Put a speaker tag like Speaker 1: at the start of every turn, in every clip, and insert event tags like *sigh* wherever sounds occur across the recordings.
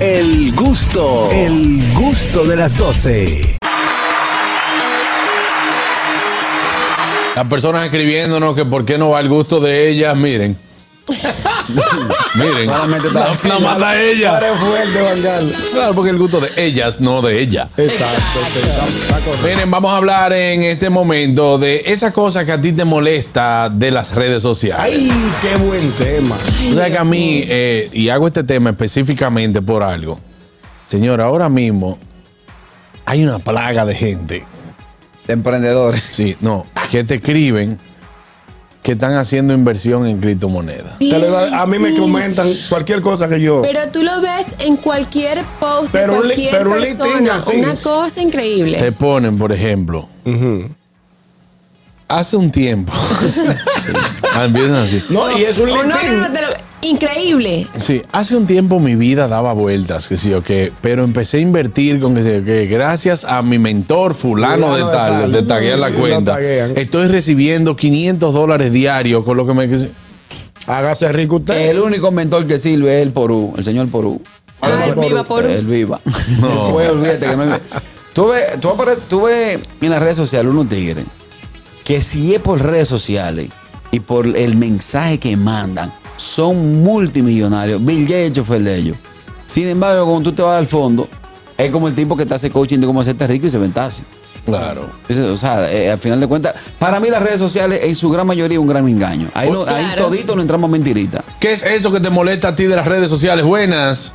Speaker 1: El gusto, el gusto de las 12.
Speaker 2: Las personas escribiéndonos que por qué no va el gusto de ellas,
Speaker 3: *laughs*
Speaker 2: miren. miren.
Speaker 3: Solamente está-
Speaker 2: No, no mata ella.
Speaker 3: Eres fuerte, Juan Carlos.
Speaker 2: Claro, porque el gusto de ellas, no de ella.
Speaker 3: Exacto, sí, está, está correcto.
Speaker 2: Miren, vamos a hablar en este momento de esas cosas que a ti te molesta de las redes sociales.
Speaker 3: Ay, qué buen tema.
Speaker 2: O sea que a mí, eh, y hago este tema específicamente por algo. Señora, ahora mismo hay una plaga de gente.
Speaker 4: Emprendedores.
Speaker 2: Sí, no, que te escriben que están haciendo inversión en criptomonedas.
Speaker 3: Te lo iba- a mí me comentan cualquier cosa que yo.
Speaker 5: Pero tú lo ves en cualquier post
Speaker 3: Pero
Speaker 5: de
Speaker 3: un li-
Speaker 5: cualquier
Speaker 3: pero un
Speaker 5: persona.
Speaker 3: listing así.
Speaker 5: Una cosa increíble.
Speaker 2: Te ponen, por ejemplo, hace un tiempo.
Speaker 3: *laughs*
Speaker 2: Ah, Empiezan así.
Speaker 3: no, y es un
Speaker 5: O Oh, no, no, no,
Speaker 3: LinkedIn.
Speaker 5: te lo- increíble.
Speaker 2: Sí, hace un tiempo mi vida daba vueltas, que sí o qué, pero empecé a invertir con que sí o qué. Gracias a mi mentor fulano,
Speaker 3: Fulano
Speaker 2: de
Speaker 3: de
Speaker 2: tal,
Speaker 3: tal.
Speaker 2: de taguear la
Speaker 3: Lo
Speaker 2: cuenta.
Speaker 3: taguean.
Speaker 2: Estoy recibiendo 500 dólares diarios con lo que me...
Speaker 3: Hágase rico usted.
Speaker 4: El único mentor que sirve es el Porú, el señor Porú.
Speaker 5: Ah, el Viva Porú.
Speaker 4: El Viva.
Speaker 2: No.
Speaker 4: Pues, olvídate que no hay- Tú ves, tú, apare- tú ves en las redes sociales unos tigres que si es por redes sociales y por el mensaje que mandan, son multimillonarios. Bill Gates fue el de ellos. Sin embargo, cuando tú te vas al fondo, es como el tipo que te hace coaching de cómo hacerte rico y se ventace.
Speaker 2: Claro.
Speaker 4: Entonces, O sea, eh, al final de cuentas, para mí las redes sociales en su gran mayoría es un gran engaño. Ahí, no- ahí
Speaker 5: Claro.
Speaker 4: todito no entramos mentirita.
Speaker 2: ¿Qué es eso que te molesta a ti de las redes sociales? Buenas.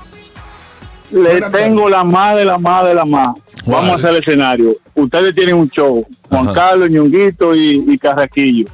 Speaker 6: Le tengo la más de la más de la más.
Speaker 2: ¿Cuál?
Speaker 6: Vamos a hacer el escenario. Ustedes tienen un show, Juan
Speaker 2: Ajá.
Speaker 6: Carlos, Ñonguito y, y Carraquillo.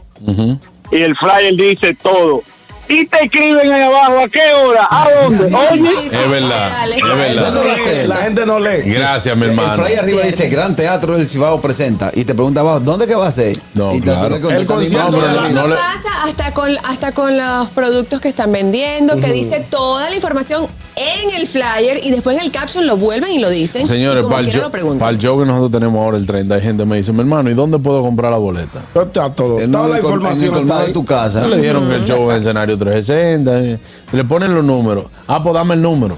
Speaker 6: Y el flyer dice todo. Y te escriben ahí abajo, ¿a qué hora? ¿A dónde? Oye,
Speaker 2: Es verdad, es verdad.
Speaker 4: no lo hace.
Speaker 3: La gente no lee.
Speaker 2: Gracias,
Speaker 3: Eh,
Speaker 2: mi
Speaker 4: El
Speaker 2: hermano.
Speaker 4: fray arriba
Speaker 5: Cierto.
Speaker 4: dice Gran Teatro del Cibao presenta y te pregunta abajo, ¿dónde que va a ser?
Speaker 2: No,
Speaker 4: y te-
Speaker 2: claro.
Speaker 4: tú le contestas,
Speaker 3: El concierto
Speaker 4: "Ni modo,
Speaker 3: de
Speaker 4: ni
Speaker 3: la-
Speaker 2: no
Speaker 5: Eso
Speaker 4: modo".
Speaker 2: le-
Speaker 5: pasa hasta con, hasta con los productos que están vendiendo, que dice toda la información en el flyer y después en el caption lo vuelven y lo dicen. y
Speaker 2: Señores,
Speaker 5: como
Speaker 2: para el,
Speaker 5: quiera
Speaker 2: show,
Speaker 5: lo preguntan.
Speaker 2: para el show que nosotros tenemos ahora el 30, hay gente que me dice, mi hermano, ¿y dónde puedo comprar la boleta?
Speaker 3: Está todo.
Speaker 4: En
Speaker 3: Toda la
Speaker 4: el col- en el
Speaker 3: información
Speaker 4: colmado
Speaker 3: está
Speaker 4: de
Speaker 3: ahí.
Speaker 4: tu casa.
Speaker 2: Ya le dijeron que el show es escenario 360. eh. Le ponen los números. Ah, pues dame el número.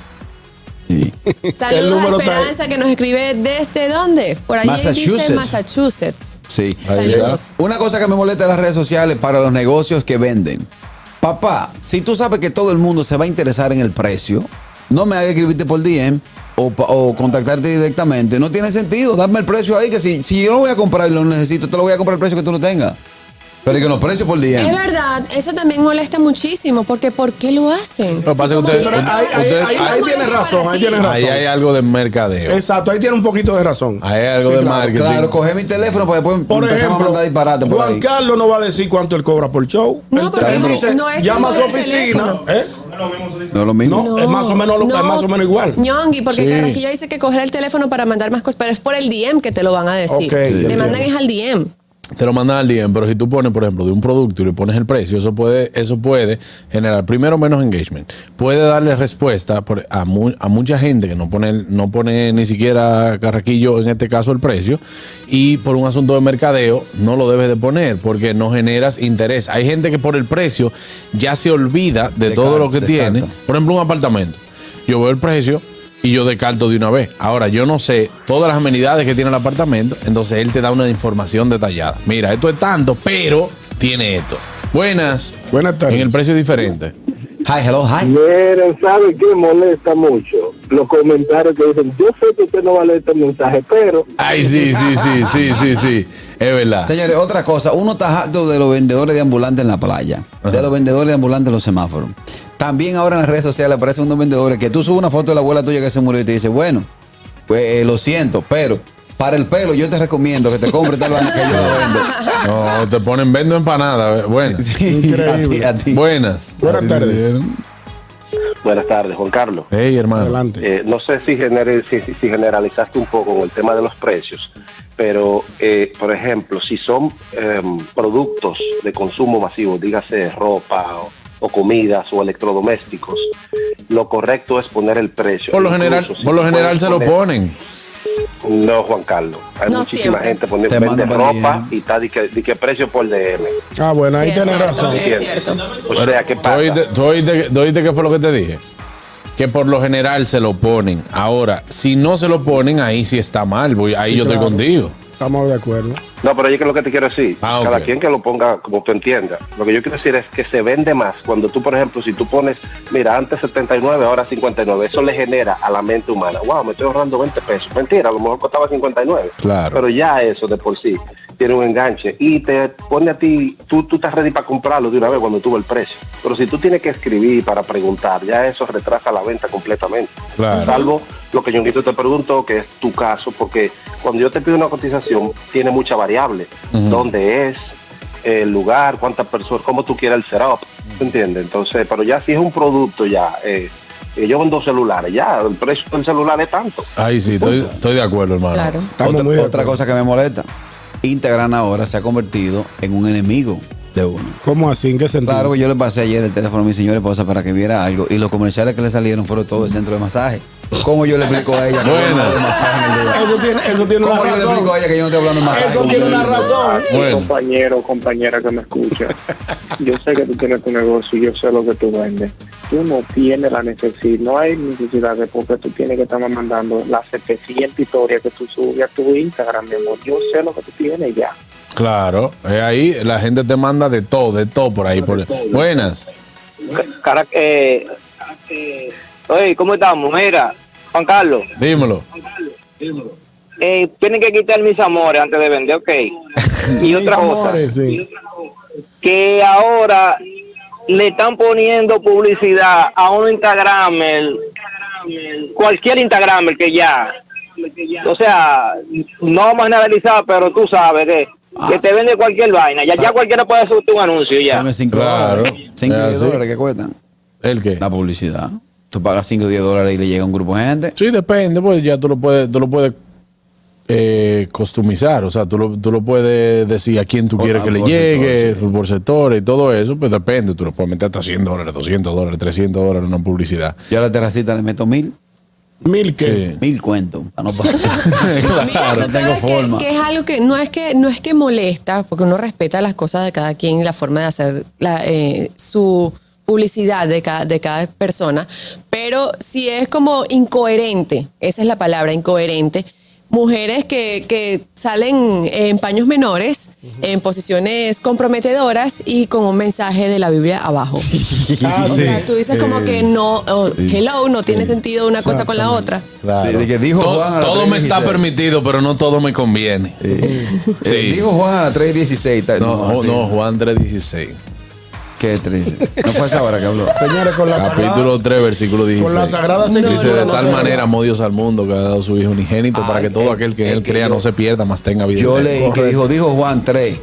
Speaker 3: El
Speaker 5: Saludos
Speaker 3: número
Speaker 5: a
Speaker 3: está ahí.
Speaker 5: Esperanza que nos escribe desde dónde? Por ahí
Speaker 4: Massachusetts.
Speaker 5: dice Massachusetts.
Speaker 4: Sí.
Speaker 5: Ahí está. Saludos.
Speaker 4: Una cosa que me molesta de las redes sociales para los negocios que venden. Papá, si tú sabes que todo el mundo se va a interesar en el precio, no me hagas escribirte por DM o, pa- o contactarte directamente. No tiene sentido. Dame el precio ahí, que si, si yo lo voy a comprar y lo necesito, te lo voy a comprar el precio que tú lo tengas. Pero que los precios por DM.
Speaker 5: Es verdad, eso también molesta muchísimo, porque ¿por qué lo hacen?
Speaker 2: Lo que pasa es
Speaker 5: como
Speaker 2: que
Speaker 5: quiera,
Speaker 2: ustedes-
Speaker 5: te
Speaker 2: ahí-
Speaker 5: van a-
Speaker 2: ahí-
Speaker 5: te van
Speaker 2: ahí-
Speaker 5: a
Speaker 2: ahí
Speaker 5: decir
Speaker 3: tienes
Speaker 5: para
Speaker 3: razón, ahí
Speaker 5: ti.
Speaker 3: tienes razón.
Speaker 2: Ahí hay algo de mercadeo.
Speaker 3: Exacto, ahí tiene un poquito de razón.
Speaker 2: Ahí hay algo
Speaker 3: Sí,
Speaker 2: de
Speaker 3: claro.
Speaker 2: marketing.
Speaker 4: Claro, coge mi teléfono para después
Speaker 3: Por
Speaker 4: empezar a
Speaker 3: ejemplo,
Speaker 4: mandar disparate por
Speaker 3: Juan
Speaker 4: ahí.
Speaker 3: Carlos no va a decir cuánto él cobra por show.
Speaker 5: No,
Speaker 3: Él
Speaker 5: porque
Speaker 3: te
Speaker 5: no-
Speaker 3: dice,
Speaker 5: no es
Speaker 3: llama a su
Speaker 5: el número de
Speaker 3: oficina.
Speaker 5: teléfono.
Speaker 3: ¿eh?
Speaker 4: No es lo mismo.
Speaker 3: No, es más o menos lo- es más o menos igual.
Speaker 5: Ñongui, porque
Speaker 2: Sí.
Speaker 5: Carrasquillo dice que coger el teléfono para mandar más cosas, pero es por el DM que te lo van a decir.
Speaker 3: Ok, ya
Speaker 5: te
Speaker 3: entiendo.
Speaker 5: mandan es al DM.
Speaker 2: Te lo mandan al DM, pero si tú pones, por ejemplo, de un producto y le pones el precio, eso puede, eso puede generar primero menos engagement. Puede darle respuesta por- a, mu- a mucha gente que no pone, el- no pone ni siquiera Carraquillo, en este caso, el precio. Y por un asunto de mercadeo, no lo debes de poner porque no generas interés. Hay gente que por el precio ya se olvida de
Speaker 4: Descarta,
Speaker 2: todo lo que
Speaker 4: descarta.
Speaker 2: tiene. Por ejemplo, un apartamento. Yo veo el precio y yo descarto de una vez. Ahora, yo no sé todas las amenidades que tiene el apartamento, entonces él te da una información detallada. Mira, esto es tanto, pero tiene esto. Buenas.
Speaker 3: Buenas tardes.
Speaker 2: En el precio diferente.
Speaker 4: Hi, hello, hi.
Speaker 7: Miren, ¿sabe qué molesta mucho? Los comentarios que dicen, yo sé que usted no va a leer este mensaje, pero...
Speaker 2: Ay, sí, sí, sí, sí, sí, sí. Es verdad.
Speaker 4: Señores, otra cosa, uno está harto de los vendedores de ambulantes en la playa, de los vendedores de ambulantes en los semáforos. También ahora en las redes sociales aparecen unos vendedores que tú subes una foto de la abuela tuya que se murió y te dice, bueno, pues eh, lo siento, pero para el pelo yo te recomiendo que te compres tal vaina que yo lo
Speaker 3: *laughs*
Speaker 4: vendo.
Speaker 2: No, te ponen vendo empanada. Buenas.
Speaker 3: Increíble.
Speaker 4: A ti, a ti.
Speaker 2: Buenas.
Speaker 3: Buenas tardes.
Speaker 7: Buenas tardes, Juan Carlos.
Speaker 2: Hey, hermano.
Speaker 3: Adelante.
Speaker 7: Eh, no sé si, gener- si, si- si generalizaste un poco con el tema de los precios, pero, eh, por ejemplo, si son em, productos de consumo masivo, dígase ropa o, o comidas o electrodomésticos, lo correcto es poner el precio.
Speaker 2: Por lo
Speaker 7: Incluso
Speaker 2: general,
Speaker 7: si
Speaker 2: por lo
Speaker 7: tú
Speaker 2: general
Speaker 7: puedes
Speaker 2: se lo
Speaker 7: poner-
Speaker 2: ponen.
Speaker 7: No, Juan Carlos. Hay
Speaker 5: No
Speaker 7: muchísima
Speaker 5: siempre.
Speaker 7: gente pone,
Speaker 4: Te
Speaker 7: vende
Speaker 4: manda para
Speaker 7: ropa
Speaker 4: DM.
Speaker 7: y está de que, de que precio por DM.
Speaker 3: Ah, bueno, ahí
Speaker 5: Sí,
Speaker 3: tienes
Speaker 5: es cierto,
Speaker 3: razón.
Speaker 5: Es cierto.
Speaker 7: O sea, ¿qué
Speaker 2: ¿Tú
Speaker 7: pasa?
Speaker 2: oíste- tú oíste- tú oíste qué fue lo que te dije? que por lo general se lo ponen. Ahora, si no se lo ponen, ahí sí está mal. voy- ahí
Speaker 3: Sí,
Speaker 2: yo
Speaker 3: claro.
Speaker 2: estoy contigo.
Speaker 3: Estamos de acuerdo.
Speaker 7: No, pero yo que lo que te quiero decir,
Speaker 2: Ah,
Speaker 7: cada
Speaker 2: ok.
Speaker 7: quien que lo ponga como tú entiendas. Lo que yo quiero decir es que se vende más cuando tú, por ejemplo, si tú pones, mira, antes 79, ahora 59, eso le genera a la mente humana, wow, me estoy ahorrando 20 pesos. Mentira, a lo mejor costaba 59.
Speaker 2: Claro.
Speaker 7: Pero ya eso de por sí tiene un enganche y te pone a ti, tú, tú estás ready para comprarlo de una vez cuando tuvo el precio. Pero si tú tienes que escribir para preguntar, ya eso retrasa la venta completamente.
Speaker 2: Claro.
Speaker 7: Salvo lo que Ñonguito te preguntó, que es tu caso, porque cuando yo te pido una cotización, tiene muchas variables. ¿Dónde es? El lugar, cuántas personas, cómo tú quieras el setup. ¿Te entiendes? Entonces, pero ya si es un producto ya, eh, eh, yo vendo celulares, ya, el precio del celular es tanto.
Speaker 2: Ahí sí, estoy, estoy de acuerdo, hermano.
Speaker 5: Claro.
Speaker 3: Estamos
Speaker 4: otra,
Speaker 3: muy de
Speaker 4: otra
Speaker 3: acuerdo.
Speaker 4: cosa que me molesta. Instagram ahora se ha convertido en un enemigo de uno.
Speaker 3: ¿Cómo así? ¿En qué sentido?
Speaker 4: Claro que yo le pasé ayer el teléfono a mi señora esposa para que viera algo y los comerciales que le salieron fueron todos del centro de masaje. ¿Cómo yo le explico a ella? que yo no
Speaker 2: Buena.
Speaker 4: hago masaje en el día?
Speaker 3: Eso tiene, eso tiene
Speaker 4: ¿Cómo
Speaker 3: una
Speaker 4: yo le explico a
Speaker 3: razón.
Speaker 4: ella que yo no estoy hablando de masaje?
Speaker 3: Eso tiene una razón.
Speaker 2: Bueno,
Speaker 8: Compañero, compañera que me escucha, yo sé que tú tienes tu negocio y yo sé lo que tú vendes. Tú no tienes la necesidad, no hay necesidad de porque tú tienes que estar mandando las 700 historias que tú subes a tu Instagram, mi amor. Yo sé lo que tú tienes ya.
Speaker 2: claro. Es ahí la gente te manda de todo, de todo por ahí. Por... Buenas.
Speaker 9: Cara, eh, oye, ¿cómo estamos? Mira, Juan Carlos,
Speaker 2: Dímelo.
Speaker 9: eh, tienen que quitar mis amores antes de vender, ok. Y otra cosa,
Speaker 3: Amores, sí.
Speaker 9: que ahora le están poniendo publicidad a un Instagramer, cualquier Instagramer que ya, o sea, no vamos a analizar, pero tú sabes que, que te vende cualquier vaina, ya, ya cualquiera puede subir un anuncio ya.
Speaker 4: Dame 5
Speaker 2: Claro.
Speaker 4: dólares. 5
Speaker 2: Es así.
Speaker 4: dólares, ¿qué cuestan?
Speaker 2: ¿El qué?
Speaker 4: La publicidad. Tú pagas 5 o 10 dólares y le llega a un grupo de gente.
Speaker 2: Sí, depende, pues ya tú lo puedes, tú lo puedes eh, costumizar, o sea, tú lo, tú lo puedes decir a quién tú
Speaker 4: Por-
Speaker 2: quieres
Speaker 4: ah,
Speaker 2: que le
Speaker 4: por
Speaker 2: llegue,
Speaker 4: sector,
Speaker 2: por sectores y todo eso, pues depende, tú lo puedes meter hasta 100 dólares, 200 dólares, 300 dólares en una publicidad.
Speaker 4: Yo a la terracita le meto mil,
Speaker 3: Mil que.
Speaker 2: Sí.
Speaker 4: mil cuentos. para
Speaker 2: *laughs*
Speaker 4: no
Speaker 5: Mira,
Speaker 4: claro,
Speaker 5: tú
Speaker 4: no tengo
Speaker 5: sabes que,
Speaker 4: forma.
Speaker 5: que es algo que no es que no es que molesta, porque uno respeta las cosas de cada quien y la forma de hacer la, eh, su publicidad de cada, de cada persona, pero si es como incoherente, esa es la palabra, incoherente. Mujeres que, que salen en paños menores, en posiciones comprometedoras y con un mensaje de la Biblia abajo.
Speaker 3: Ah,
Speaker 5: O
Speaker 3: sí.
Speaker 5: sea, tú dices como que no, oh, hello, no tiene sentido una cosa con la otra.
Speaker 4: De- de que dijo
Speaker 2: To-
Speaker 4: Juan a la
Speaker 2: todo me está
Speaker 4: 316.
Speaker 2: permitido, pero no todo me conviene. Sí.
Speaker 4: Eh, dijo Juan a las 3.16. ta-
Speaker 2: No, no,
Speaker 4: así.
Speaker 2: no, Juan 3.16.
Speaker 4: ¿Qué 3? No fue esa hora que habló.
Speaker 3: Señores, con la
Speaker 2: Capítulo 3, versículo 16.
Speaker 3: Con la Sagrada
Speaker 2: Dice,
Speaker 3: Escritura
Speaker 2: de
Speaker 3: no
Speaker 2: tal
Speaker 3: se
Speaker 2: manera
Speaker 3: habla".
Speaker 2: amó Dios al mundo que ha dado su Hijo unigénito para
Speaker 4: Ay,
Speaker 2: que todo
Speaker 4: eh,
Speaker 2: aquel que
Speaker 4: eh,
Speaker 2: Él
Speaker 4: que
Speaker 2: crea
Speaker 4: yo-
Speaker 2: no se pierda, más tenga vida
Speaker 4: Yo
Speaker 2: eterna.
Speaker 4: leí que dijo, dijo Juan 3,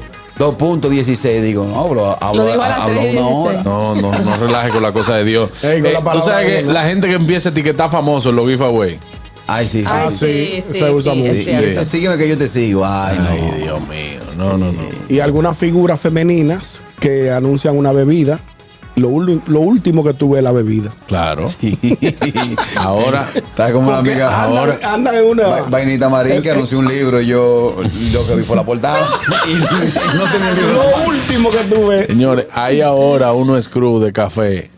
Speaker 4: 2.16. Digo, no, bro, habló,
Speaker 5: Lo dijo a las
Speaker 4: habló una
Speaker 5: 3:16.
Speaker 4: hora.
Speaker 2: No, no, no relaje con la cosa de Dios. Eh,
Speaker 3: Ey, con la
Speaker 2: tú
Speaker 3: palabra
Speaker 2: sabes
Speaker 3: de
Speaker 2: que
Speaker 3: Dios, ¿no?
Speaker 2: la gente que empieza a etiquetar famosos en los giveaway.
Speaker 4: Ay, sí, sí.
Speaker 5: Ay,
Speaker 4: sí.
Speaker 5: sí,
Speaker 3: Ah,
Speaker 5: sí,
Speaker 3: sí,
Speaker 5: sí,
Speaker 3: se usa mucho.
Speaker 5: es
Speaker 4: Y- y
Speaker 5: cierto.
Speaker 4: esa, sígueme que yo te sigo. Ay, no.
Speaker 2: Ay, Dios mío. No, no, no.
Speaker 3: y algunas figuras femeninas que anuncian una bebida. Lo, ul- lo último que tuve es la bebida.
Speaker 2: Claro. Ahora,
Speaker 4: *laughs* Está como la amiga.
Speaker 3: Andan-
Speaker 4: Ahora,
Speaker 3: andan en una.
Speaker 4: Va- Vainita Marín que anunció un libro y yo lo que vi fue la
Speaker 5: *laughs*
Speaker 4: portada *laughs* y no tenía el libro.
Speaker 3: Lo último que tuve.
Speaker 2: señores, hay ahora uno screw de café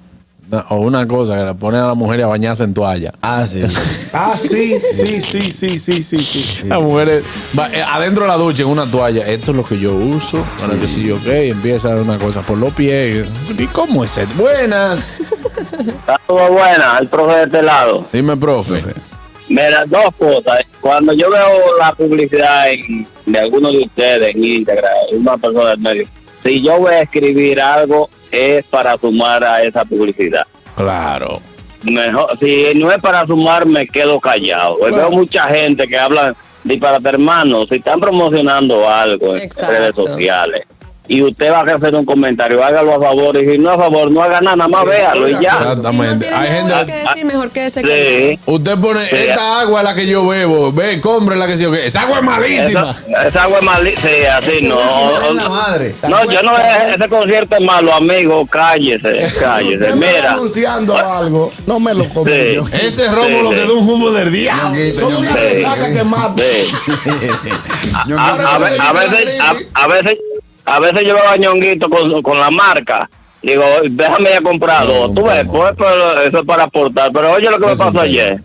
Speaker 2: na- o una cosa que le ponen a la mujer a bañarse en toalla.
Speaker 4: Ah, sí.
Speaker 3: Ah, sí, sí, sí, sí, sí, sí, sí.
Speaker 2: Las mujeres va- eh, adentro de la ducha en una toalla. Esto es lo que yo uso. Para que si yo, ok, empieza una cosa por los pies. ¿Y cómo es esto? Buenas.
Speaker 6: Está todo buena, el profe de este lado.
Speaker 2: Dime, profe.
Speaker 6: Mira, dos cosas. Cuando yo veo la publicidad en- de alguno de ustedes en Instagram, una persona del medio, si yo voy a escribir algo, es para sumar a esa publicidad.
Speaker 2: Claro.
Speaker 6: Mejor, si no es para sumar, me quedo callado. Hoy Veo mucha gente que habla disparate, hermano. Si están promocionando algo en
Speaker 5: Exacto.
Speaker 6: redes sociales y usted va a hacer un comentario, hágalo a favor. Y si no a favor, no haga nada, nada más véalo y ya.
Speaker 2: Exactamente.
Speaker 5: Si no
Speaker 2: Hay
Speaker 5: tiene nada
Speaker 2: gente. Ah.
Speaker 5: que decir, mejor quédese callado.
Speaker 6: Sí.
Speaker 2: Usted
Speaker 3: Pues
Speaker 2: pone
Speaker 6: Sí.
Speaker 2: esta agua es la que yo bebo, ve, compre la que yo que esa agua es malísima.
Speaker 6: Esa, esa agua es malísima. Sí, así no.
Speaker 4: la madre.
Speaker 6: No, yo no, ese concierto es malo, amigo. Cállese, cállese.
Speaker 3: Usted me está
Speaker 6: Mira.
Speaker 3: anunciando algo. No me lo comí
Speaker 6: Sí.
Speaker 3: yo.
Speaker 2: Ese Rómulo
Speaker 6: Sí,
Speaker 2: que
Speaker 6: sí.
Speaker 2: da un humo del diablo.
Speaker 4: Ñonguito,
Speaker 3: Son una
Speaker 4: Ñonguito.
Speaker 3: resaca que mata.
Speaker 6: sí.
Speaker 4: Ñonguito,
Speaker 6: a, a ve- a veces, a, a veces, a veces yo veo a Ñonguito con, con la marca Digo, déjame ya comprar dos. Tú ves, pues, pero eso es para aportar. Pero oye lo que me pasó ayer.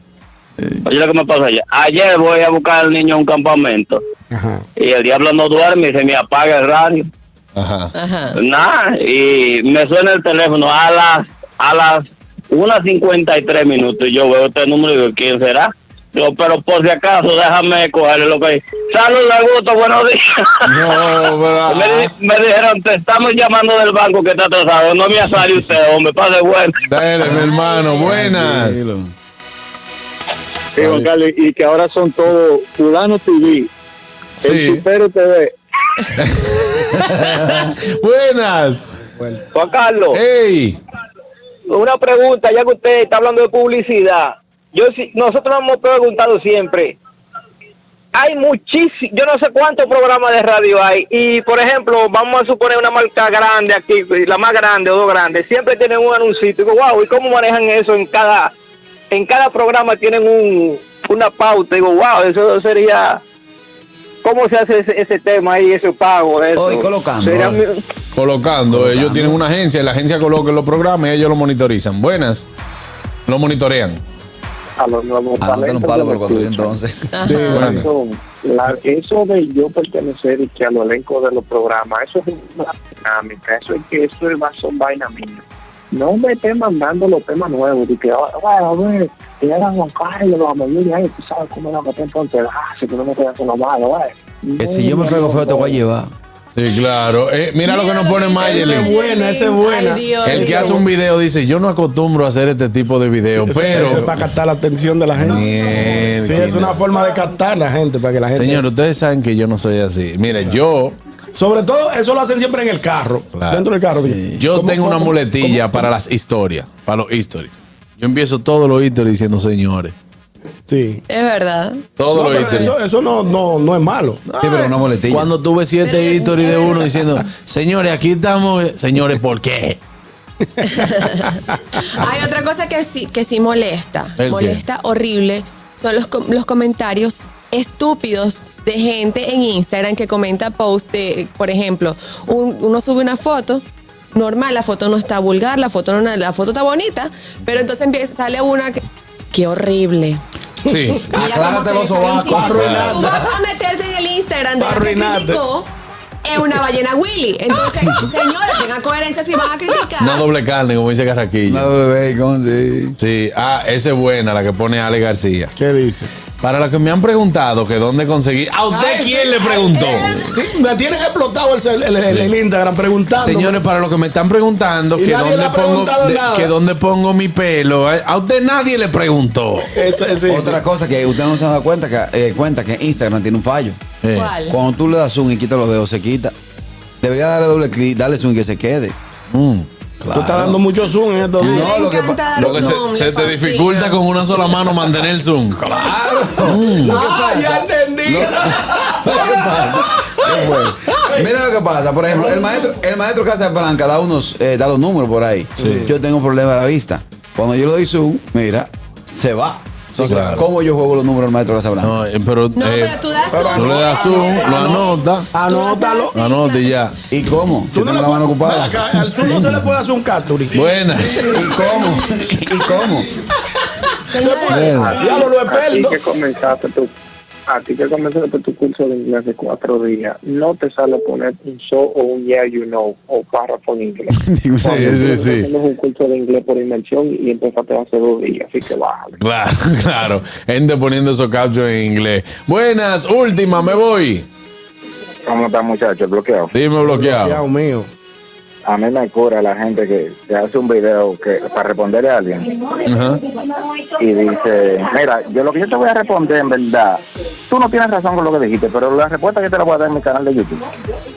Speaker 6: Oye lo que me pasó ayer. Ayer voy a buscar al niño a un campamento.
Speaker 3: Ajá.
Speaker 6: Y el diablo no duerme y se me apaga el radio.
Speaker 2: Ajá.
Speaker 5: Ajá.
Speaker 6: Nada, y me suena el teléfono a las a las 1.53 minutos. y Yo veo este número y digo, ¿quién será? Digo, pero por si acaso, déjame cogerle lo que hay. Saludos, gusto, buenos días. *laughs*
Speaker 2: No, ¿verdad?
Speaker 6: Me, di- me dijeron, te estamos llamando del banco que está atrasado. No me asale usted, hombre, pase bueno.
Speaker 2: Dale, mi hermano, buenas.
Speaker 8: Sí, Juan Carlos, y que ahora son todos Fulano TV, el
Speaker 2: Sí,
Speaker 8: Supero TV.
Speaker 2: buenas.
Speaker 9: Juan Carlos,
Speaker 2: Hey,
Speaker 9: una pregunta, ya que usted está hablando de publicidad. Yo sí- Nosotros hemos preguntado siempre. Hay muchísimos, yo no sé cuántos programas de radio hay. Y, por ejemplo, vamos a suponer una marca grande aquí, la más grande o dos grandes. Siempre tienen un anuncito. Y digo, wow, ¿y cómo manejan eso en cada en cada programa tienen un, una pauta? digo, wow, eso sería... ¿Cómo se hace ese, ese tema ahí, ese pago? Eso?
Speaker 4: Hoy colocando,
Speaker 9: Sería
Speaker 4: hoy.
Speaker 9: mi-
Speaker 2: colocando. Ellos tienen una agencia y la agencia coloca los programas y ellos lo monitorizan. Buenas. Lo monitorean.
Speaker 8: A los nuevos
Speaker 4: Anótale un
Speaker 8: talentos
Speaker 4: palo
Speaker 8: que
Speaker 4: por
Speaker 5: *laughs*
Speaker 8: me
Speaker 4: 411.
Speaker 2: Sí, buenas.
Speaker 8: escuchan. La- eso de yo pertenecer y que a los elencos de los programas, eso es una dinámica, eso es que eso es más son vaina mía. No me estén mandando los temas nuevos, de que, ah, bueno, a ver, que eran Juan Carlos, los amigos, y, ay, tú sabes cómo era que te entonces, ah, si tú no me quedas con lo malo, eh.
Speaker 4: Que si yo me
Speaker 8: pego
Speaker 4: frego feo, te voy a llevar.
Speaker 2: Sí, claro. Eh, mira, lo que nos pone Mayelin.
Speaker 3: Mayelin. buena, esa es buena.
Speaker 2: El que hace un video dice, yo no acostumbro a hacer este tipo de video,
Speaker 3: Eso- eso es
Speaker 2: pero...
Speaker 3: para captar la atención de la gente.
Speaker 2: Mierda.
Speaker 3: Sí, es una forma de captar la gente, para que la gente.
Speaker 2: Señor, ustedes saben que yo no soy así. Mire, yo,
Speaker 3: Sobre todo, eso lo hacen siempre en el carro.
Speaker 2: Claro.
Speaker 3: Dentro del carro.
Speaker 2: yo
Speaker 3: ¿Cómo-
Speaker 2: tengo una
Speaker 3: cómo-
Speaker 2: muletilla
Speaker 3: cómo-
Speaker 2: para las historias, para los historias. Yo empiezo todos los historias diciendo, señores,
Speaker 3: Sí.
Speaker 5: Es
Speaker 2: *laughs*
Speaker 5: verdad.
Speaker 3: No,
Speaker 2: todos los
Speaker 3: pero
Speaker 2: historias.
Speaker 3: eso eso no, no, no es malo.
Speaker 4: Sí, pero una boletilla.
Speaker 2: Cuando tuve
Speaker 5: Pero
Speaker 2: siete
Speaker 5: es
Speaker 2: historias de
Speaker 5: verdad.
Speaker 2: uno diciendo, señores, aquí estamos, señores, ¿por qué?
Speaker 5: Hay otra cosa que sí, que sí molesta.
Speaker 2: ¿El qué?
Speaker 5: molesta horrible. Son los, com- los comentarios estúpidos de gente en Instagram que comenta post de, por ejemplo, un- uno sube una foto. Normal, la foto no está vulgar, la foto no, la foto está bonita, pero entonces empieza, sale una que. ¡Qué horrible!
Speaker 2: Sí.
Speaker 5: Mira cómo
Speaker 4: Aclárate
Speaker 5: se
Speaker 4: los
Speaker 5: le sale un
Speaker 4: sobacos,
Speaker 5: chiste.
Speaker 3: arruinate.
Speaker 5: Tú vas a meterte en el Instagram de
Speaker 3: Pa'
Speaker 5: la que
Speaker 3: arruinarte.
Speaker 5: criticó es una ballena Willy.
Speaker 3: *laughs*
Speaker 5: Entonces, señores, tengan coherencia si van a criticar.
Speaker 2: No doble carne, como dice
Speaker 4: Una
Speaker 2: Carraquillo.
Speaker 4: doble bacon, sí.
Speaker 2: Sí, ah, esa es buena, la que pone Ale García.
Speaker 3: ¿Qué dice?
Speaker 2: Para los que me han preguntado que dónde conseguí. ¿A usted
Speaker 3: Ay,
Speaker 2: quién
Speaker 3: sí.
Speaker 2: le preguntó?
Speaker 3: Sí, me tienen explotado el, cel- el- el- el Instagram preguntando.
Speaker 2: Señores, para los que me están preguntando
Speaker 3: Y
Speaker 2: que
Speaker 3: nadie le
Speaker 2: dónde,
Speaker 3: ha
Speaker 2: pongo,
Speaker 3: preguntado
Speaker 2: de-
Speaker 3: nada.
Speaker 2: que dónde pongo mi pelo, a a usted nadie le preguntó.
Speaker 3: Eso- eso- eso.
Speaker 4: Otra cosa que usted no se da cuenta que, eh, cuenta que Instagram tiene un fallo.
Speaker 2: Eh,
Speaker 5: ¿Cuál?
Speaker 4: Cuando tú le das zoom y quitas los dedos, se quita. Debería darle doble clic, darle zoom y que se quede.
Speaker 2: mm.
Speaker 3: Tú estás dando mucho zoom en estos
Speaker 5: Ay,
Speaker 3: días.
Speaker 5: Ah, le
Speaker 4: lo que pa-
Speaker 5: encanta dar
Speaker 2: Lo que se,
Speaker 5: zoom,
Speaker 2: se
Speaker 5: le
Speaker 2: te
Speaker 5: fascina.
Speaker 2: dificulta con una sola mano mantener el zoom.
Speaker 3: Ah, ya entendí.
Speaker 4: *laughs* ¿Qué fue? Mira lo que pasa, por ejemplo, el maestro, el maestro Casa Blanca da unos, eh, da los números por ahí. Yo tengo un problema de la vista. Cuando yo le doy zoom, mira, se va. Entonces,
Speaker 2: claro.
Speaker 4: ¿cómo yo juego los números del maestro Casa Blanca?
Speaker 2: No, eh, pero,
Speaker 5: No,
Speaker 2: eh,
Speaker 5: pero tú das zoom.
Speaker 2: tú le das zoom, lo anota,
Speaker 3: Anótalo.
Speaker 5: Sí,
Speaker 2: anota y ya.
Speaker 4: ¿Y cómo? Si
Speaker 3: Tú no
Speaker 4: tengo
Speaker 3: le
Speaker 4: la mano
Speaker 3: puedes-
Speaker 4: ocupada.
Speaker 3: Ven acá, Al zoom no se le puede hacer un capturing.
Speaker 2: Buenas.
Speaker 4: ¿Y cómo? ¿Y
Speaker 3: *laughs*
Speaker 4: cómo?
Speaker 5: Señores,
Speaker 3: Ya lo, lo
Speaker 8: a ti
Speaker 3: experto.
Speaker 8: que comenzaste tu a ti que comenzaste tu curso de inglés de cuatro días, no te sale poner un so o un yeah you know o párrafo en inglés.
Speaker 4: Digo,
Speaker 2: Sí,
Speaker 4: ¿sabes?
Speaker 2: sí, sí.
Speaker 8: Tenemos un curso de inglés por inmersión y empezaste hace dos días, así que bájale.
Speaker 2: Claro, *laughs* claro. Gente poniendo esos captions en inglés. Buenas, última, me voy.
Speaker 8: ¿Cómo está muchachos? Bloqueado.
Speaker 2: Dime bloqueado.
Speaker 3: Dios mío.
Speaker 8: A mí me cura la gente que te hace un video que para responderle a alguien
Speaker 2: Ajá.
Speaker 8: y dice, mira, yo lo que yo te voy a responder en verdad, tú no tienes razón con lo que dijiste, pero la respuesta yo te la voy a dar en mi canal de YouTube.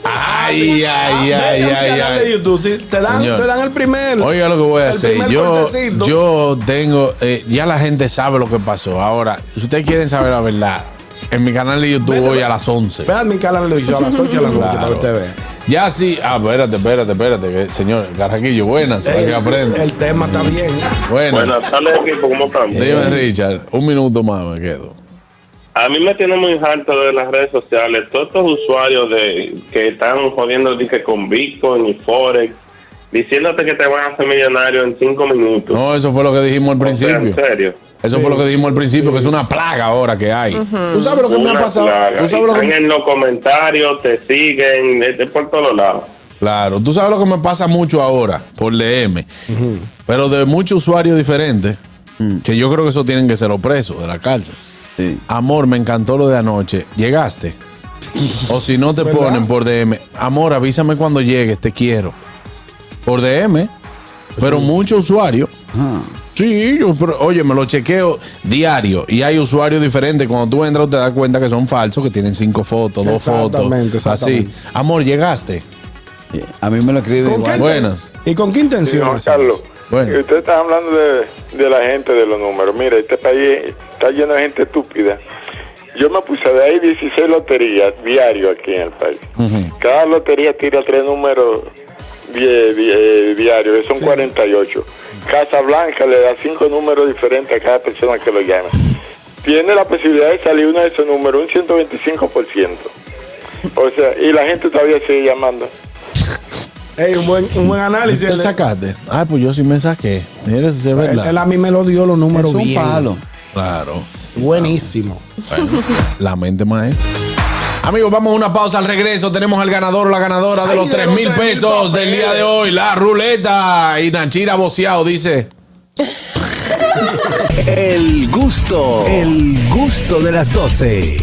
Speaker 2: Ay, ay, ay,
Speaker 3: Vete a
Speaker 2: ay,
Speaker 3: mi canal de
Speaker 2: ay.
Speaker 3: YouTube. Si te, dan,
Speaker 2: Señor.
Speaker 3: te dan el primer.
Speaker 2: Oiga lo que voy a
Speaker 3: el
Speaker 2: hacer.
Speaker 3: primer
Speaker 2: Yo,
Speaker 3: cortecito.
Speaker 2: yo tengo, eh, ya la gente sabe lo que pasó. Ahora, si ustedes quieren saber la verdad, en mi canal de YouTube
Speaker 3: Vete,
Speaker 2: voy
Speaker 3: ve-
Speaker 2: a las 11.
Speaker 3: Ve a mi canal de YouTube a las 8 de la noche para que usted vea.
Speaker 2: Ya sí. Ah, espérate, espérate, espérate. que- señor, Carraquillo, buenas, para que aprenda.
Speaker 3: El tema está bien.
Speaker 2: Buenas.
Speaker 6: Buenas tardes, equipo, ¿cómo están?
Speaker 2: Dime, Richard, un minuto más me quedo.
Speaker 6: A mí me tiene muy harto de las redes sociales. Todos estos usuarios de que están jodiendo dije, con Bitcoin y Forex, diciéndote que te van a hacer millonario en cinco minutos.
Speaker 2: No, eso fue lo que dijimos al
Speaker 6: O sea,
Speaker 2: principio.
Speaker 6: en serio.
Speaker 2: Eso fue lo que dijimos al principio, que es una plaga ahora que hay. ¿Tú sabes lo que me ha
Speaker 6: Una
Speaker 2: pasado?
Speaker 6: plaga.
Speaker 2: ¿Tú sabes lo que
Speaker 6: Están en los comentarios, te siguen, es es por todos lados.
Speaker 2: Claro, tú sabes lo que me pasa mucho ahora por DM, pero de muchos usuarios diferentes,
Speaker 3: Mm.
Speaker 2: que yo creo que eso tienen que ser los presos de la cárcel. Amor, me encantó lo de anoche. ¿Llegaste? o si no te
Speaker 3: ¿Verdad?
Speaker 2: ponen por DM, amor, avísame cuando llegues, te quiero. Por DM, pero muchos usuarios.
Speaker 3: Ah.
Speaker 2: Sí, yo, pero, oye, me lo chequeo diario y hay usuarios diferentes. Cuando tú entras, te das cuenta que son falsos, que tienen cinco fotos, dos fotos.
Speaker 3: Exactamente, exactamente.
Speaker 2: Así, amor, llegaste.
Speaker 4: A mí me lo escribe
Speaker 3: ¿Con qué
Speaker 4: igual.
Speaker 2: Buenas.
Speaker 3: ¿Y con qué
Speaker 7: Sí,
Speaker 3: intención?
Speaker 7: Juan Carlos.
Speaker 2: Bueno.
Speaker 7: Y Usted está hablando de, de la gente, de los números. Mira, este país está lleno de gente estúpida. Yo me puse de ahí 16 loterías diario aquí en el país.
Speaker 2: Ujú.
Speaker 7: Cada lotería tira tres números die- die- diarios, son 48. Casa Blanca le da cinco números diferentes a cada persona que lo llama. Tiene la posibilidad de salir uno de esos números, un 125%. O sea, y la gente todavía sigue llamando.
Speaker 3: Ey, un, buen, un buen análisis.
Speaker 2: ¿Usted
Speaker 3: Él-
Speaker 2: sacaste? Ah, pues yo sí me saqué. Mira, eso sí Este es
Speaker 3: él,
Speaker 2: verdad.
Speaker 3: él a mí me lo dio los números
Speaker 4: Es un
Speaker 3: bien.
Speaker 4: palo.
Speaker 2: Claro.
Speaker 3: Buenísimo.
Speaker 2: Bueno, la mente maestra. Amigos, vamos a una pausa al regreso. Tenemos al ganador o la ganadora de
Speaker 3: Ay,
Speaker 2: los
Speaker 3: de
Speaker 2: 3
Speaker 3: los
Speaker 2: mil
Speaker 3: 3.000
Speaker 2: pesos del día de hoy. La ruleta. Y Nachira Boceado dice.
Speaker 1: El gusto, el gusto de las 12.